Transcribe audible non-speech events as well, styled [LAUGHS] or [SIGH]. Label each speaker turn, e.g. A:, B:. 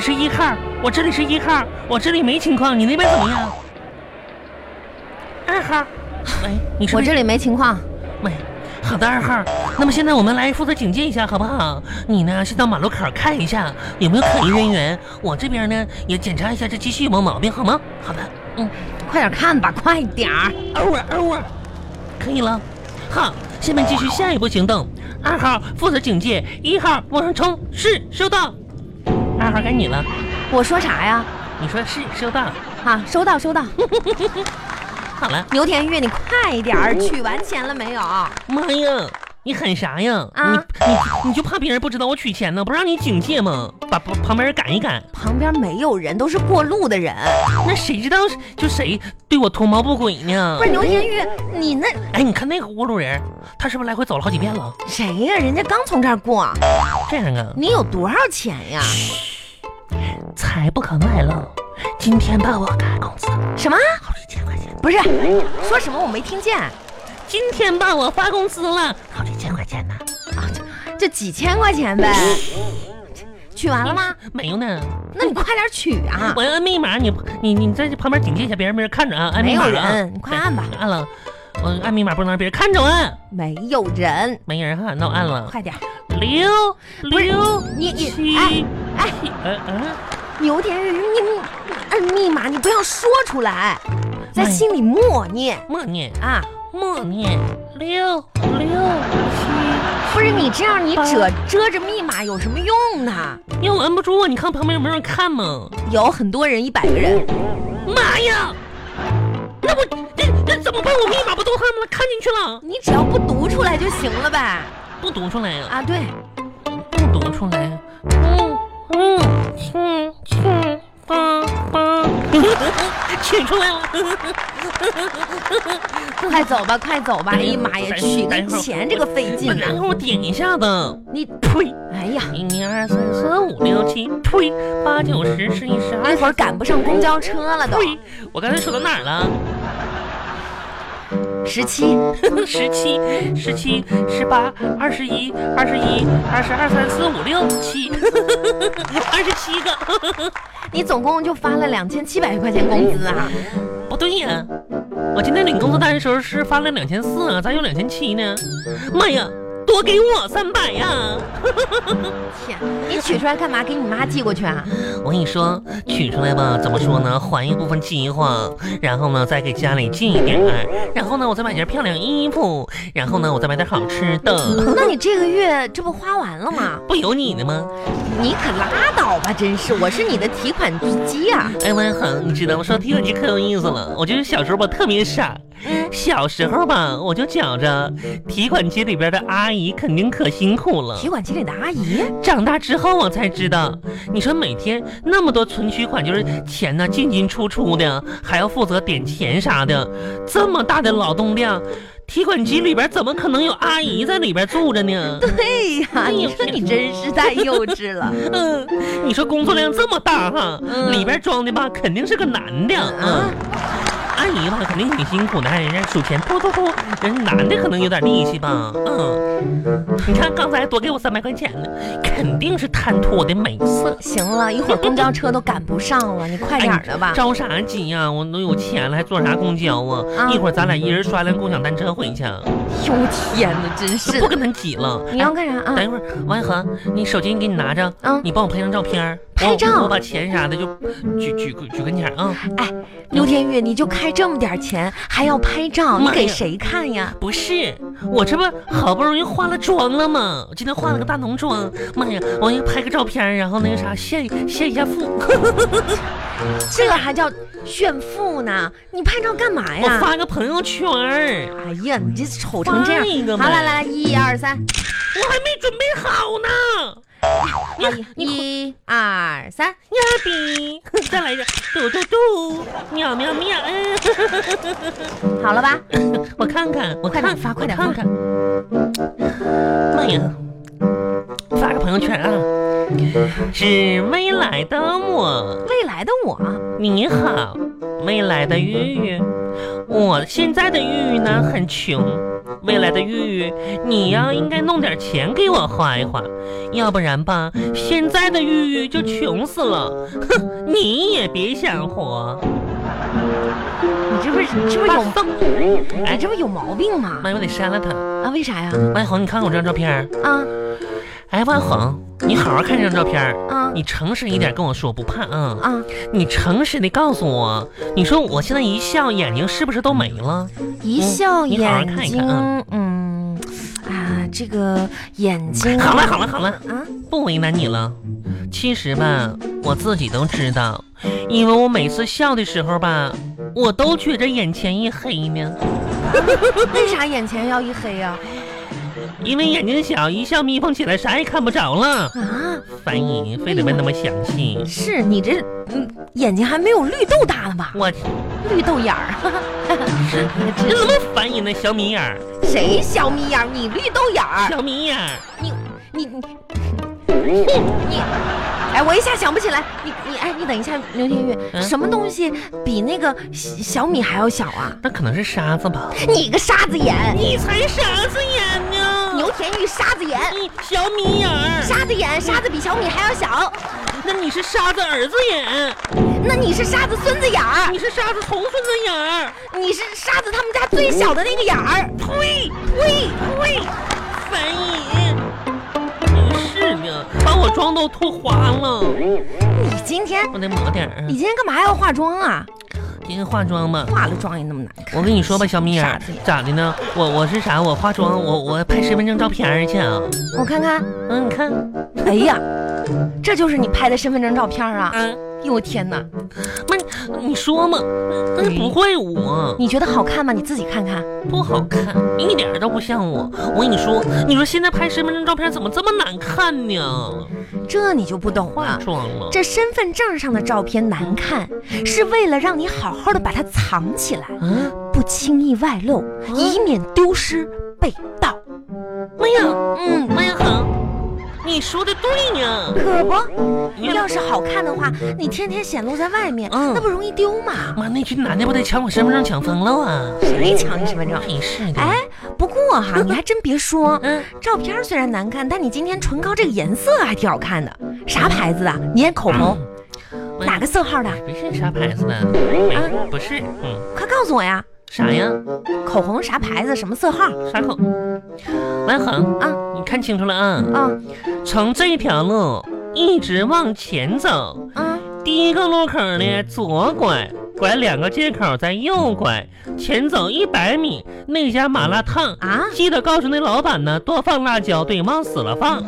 A: 是一号，我这里是一号，我这里没情况，你那边怎么样？二号，喂，你说
B: 我这里没情况。
A: 喂，好的，二号。那么现在我们来负责警戒一下，好不好？你呢，先到马路口看一下有没有可疑人员，我这边呢也检查一下这机器有没有毛病，好吗？好的，嗯，
B: 快点看吧，快点儿！
A: 欧啊欧啊，可以了。好，下面继续下一步行动。二号负责警戒，一号往上冲。是，收到。二号该你了，
B: 我说啥呀？
A: 你说是，收到。
B: 啊，收到收到。
A: 好了，
B: 牛田玉，你快点儿，取完钱了没有？
A: 妈呀，你喊啥呀？
B: 啊
A: 你你你就怕别人不知道我取钱呢？不让你警戒吗？把旁旁边人赶一赶，
B: 旁边没有人，都是过路的人。
A: 那谁知道就谁对我图谋不轨呢
B: 不？是牛田玉，你那
A: 哎，你看那个过路人，他是不是来回走了好几遍了？
B: 谁呀、人家刚从这儿过，
A: 这样啊，
B: 你有多少钱呀？
A: 财不可外露，今天吧我开工资，
B: 什么？
A: 好几千块钱。
B: 不是，说什么我没听见
A: 今天吧，我发工资了，好几千块钱呢。
B: 啊？这这几千块钱呗。取完了吗？？
A: 没有呢。
B: 那你快点取啊！
A: 我要按密码，你你你在这旁边警戒一下，别让别人看着啊。按
B: 没
A: 密
B: 有
A: 码啊，
B: 人，你快按吧。
A: 按了。我按密码不能让别人看着啊按，
B: 没有人，
A: 没人哈，那我按了。
B: 快点儿！
A: 六
B: 不是
A: 六
B: 你你
A: 七
B: 哎哎
A: 七呃呃，
B: 牛田玉，你你按密码，你不要说出来，在
A: 哎
B: 心里默念
A: 默念
B: 啊！
A: 默念六六七，
B: 不是你这样，你遮
A: 哎
B: 遮着密码有什么用呢？
A: 因为我按不住啊，你看旁边有没有人看嘛？
B: 有很多人，一百个人，
A: 妈呀！那我这这怎么办？我密码不都他们看进去了？
B: 你只要不读出来就行了呗？
A: 不读出来呀、
B: 啊，对，
A: 不读出来。嗯嗯，七七八八，取出来了。
B: 快走吧，快走吧！哎
A: 哎呀
B: 呀妈呀，
A: 等
B: 取
A: 等
B: 个
A: 会儿
B: 钱这个费劲
A: 然
B: 啊！
A: 后我点一下子，
B: 你
A: 呸！
B: 哎呀，
A: 一二三四五六七，呸！八九十十一十
B: 那
A: 二，
B: 会儿赶不上公交车了都。
A: 呸！我刚才说到哪儿了？ [LAUGHS]
B: 十七，
A: 十七、十七、十八、二十一、二十一、二十二、三四五六七， [LAUGHS] 二十七个。 [LAUGHS]
B: 你总共就发了两千七百块钱工资啊？
A: 不哦对呀、我今天领工资单的时候是发了两千四啊，咋有两千七呢？妈呀，多给我三百呀！
B: 天，你取出来干嘛？给你妈寄过去啊？
A: 我跟你说，取出来吧，怎么说呢？还一部分计划，然后呢，再给家里寄一点儿，然后呢，我再买件漂亮衣服，然后呢，我再买点好吃的。
B: [LAUGHS] 那你这个月这不花完了吗？
A: 不有你的吗？
B: 你可拉倒吧！真是，我是你的提款机啊！
A: 哎，万恒，你知道吗？说提款机可有意思了。我就是小时候吧，特别傻。
B: 嗯，
A: 小时候吧，我就觉着提款机里边的阿姨肯定可辛苦了
B: 提。款机里的阿姨，
A: 长大之后我才知道，你说每天那么多存取款，就是钱呢进进出出的，还要负责点钱啥的，这么大的劳动量，提款机里边怎么可能有阿姨在里边住着呢？ [LAUGHS]
B: 对呀、
A: 哎
B: 你
A: 呦
B: 说你真是太幼稚了。
A: 嗯，你说工作量这么大哈，
B: 嗯
A: 里边装的吧肯定是个男的，
B: 啊
A: 嗯，阿姨吧肯定挺辛苦的，哎人家数钱，噗噗噗，人家男的可能有点力气吧，嗯，你看刚才多给我三百块钱呢，肯定是贪图我的美色。
B: 行了，一会儿公交车都赶不上了，你
A: 哎
B: 快点儿的吧。
A: 着啥急呀、啊我都有钱了，还坐啥公交啊？
B: 啊
A: 一会儿咱俩一人刷辆共享单车回去，啊
B: 哟天哪，真是
A: 不
B: 的。
A: 跟他挤了。
B: 你要干啥
A: 哎
B: 啊？
A: 等一会儿，王一恒，你手机你给你拿着，
B: 嗯
A: 你帮我拍张照片儿，我
B: 拍照
A: 我把钱啥的就举举举跟前儿啊。
B: 刘哎天玉，你就开这么点儿钱，还要拍照，你
A: 妈呀
B: 给谁看呀？
A: 不是，我这不好不容易化了妆了吗？我今天化了个大浓妆，妈呀，我要拍个照片儿，然后那个
B: 嗯
A: 啥献献一下腹。 [LAUGHS]
B: 这还叫炫富呢？你拍照干嘛
A: 我
B: 哎呀？
A: 发个朋友圈儿，
B: 哎呀，你这丑成这
A: 发一个
B: 样！
A: 呗
B: 好，来来来，一二三，
A: 我还没准备好呢。啊
B: 哎呀一二三，
A: 呀比，再来一个，嘟嘟嘟，喵喵喵，嗯， [LAUGHS]
B: 好了吧？
A: 我看看，我
B: 快
A: 看
B: 点发
A: 我
B: 快点
A: 看
B: 发
A: 看， [SIGHS] 妈呀，发个朋友圈啊，是未来的我，
B: 未来的我，
A: 你好，未来的玉玉，我现在的玉玉呢很穷，未来的玉玉，你呀应该弄点钱给我花一花，要不然吧，现在的玉玉就穷死了。哼，你也别想活。
B: 你这不是是不是有
A: 大圣，
B: 你这不有毛病吗？
A: 妈呀，我得删了他。
B: 啊，为啥呀？
A: 万红，你看看我这张照片儿。
B: 啊
A: 哎，万红，你好好看这张照片儿。
B: 啊
A: 你诚实一点跟我说，不怕啊、
B: 啊！
A: 你诚实的告诉我，你说我现在一笑，眼睛是不是都没了？
B: 一笑
A: 你好好
B: 眼
A: 看一
B: 睛
A: 看啊，
B: 嗯啊，这个眼睛
A: 好了好了好了，
B: 啊，
A: 不为难你了。其实吧，我自己都知道，因为我每次笑的时候吧，我都觉着眼前一黑呢，
B: 为啥眼前要一黑呀？
A: 因为眼睛小，一笑眯缝起来啥也看不着了。
B: 啊，
A: 翻译非得问那么详细，
B: 是你这嗯眼睛还没有绿豆大呢吧？
A: 我
B: 绿豆眼儿， [LAUGHS]
A: 你怎么翻译那小米眼儿？
B: 谁小眯眼儿？你绿豆眼儿，
A: 小米眼儿，
B: 你你你你，哎，我一下想不起来，你你哎，你等一下，刘天
A: 嗯
B: 玉，什么东西比那个小小米还要小啊？
A: 那可能是沙子吧？
B: 你个沙子眼，
A: 你才沙子眼呢！
B: 牛田玉沙子眼，
A: 你小米眼儿，
B: 沙子眼，沙子比小米还要小。
A: 那你是沙子儿子眼，
B: 那你是沙子孙子眼儿，
A: 你是沙子重孙子眼儿，
B: 你是沙子他们家最小的那个眼儿。呸呸呸！
A: 烦你！真是的，把我妆都涂花了，
B: 你今天
A: 我得抹点儿啊
B: 你。今天干嘛要化妆啊？
A: 今天化妆吧，
B: 化了妆也那么难看。
A: 我跟你说吧，小米眼儿
B: 傻子眼
A: 咋的呢？我我是啥？我化妆，我我拍身份证照片儿去啊。
B: 我看看，
A: 嗯，你看，
B: 哎呀，这就是你拍的身份证照片啊！
A: 啊，
B: 哟天哪，
A: 妈，你你说嘛，那不怪我，
B: 你觉得好看吗？你自己看看。
A: 不好看，一点儿都不像我。我跟你说，你说现在拍身份证照片怎么这么难看呢？
B: 这你就不懂
A: 化
B: 了。
A: 妆了。
B: 这身份证上的照片难看，是为了让你好好的把它藏起来，
A: 嗯，
B: 不轻易外露，以免丢失被盗。
A: 妈呀，
B: 嗯，
A: 妈呀恒，你说的对呢。
B: 可不。
A: 你
B: 要是好看的话，你天天显露在外面，
A: 嗯
B: 那不容易丢吗？
A: 妈，那群男的不得抢我身份证抢疯了啊？
B: 谁抢你身份证？
A: 真是的。
B: 哎，不过哈， [LAUGHS] 你还真别说，
A: 嗯，
B: 照片虽然难看，但你今天唇膏这个颜色还挺好看的。啥牌子啊？你眼口红、
A: 妈
B: 哪个？色号的？
A: 不是啥牌子的，没不是，嗯，
B: 快告诉我呀！
A: 啥呀？
B: 口红啥牌子？什么色号？
A: 啥口？蓝恒
B: 啊，
A: 你看清楚了啊！
B: 啊
A: 从这条路一直往前走，
B: 啊
A: 第一个路口呢，左拐，拐两个街口，再右拐，前走一百米，那家麻辣烫
B: 啊！
A: 记得告诉那老板呢，多放辣椒，对，忘死了放。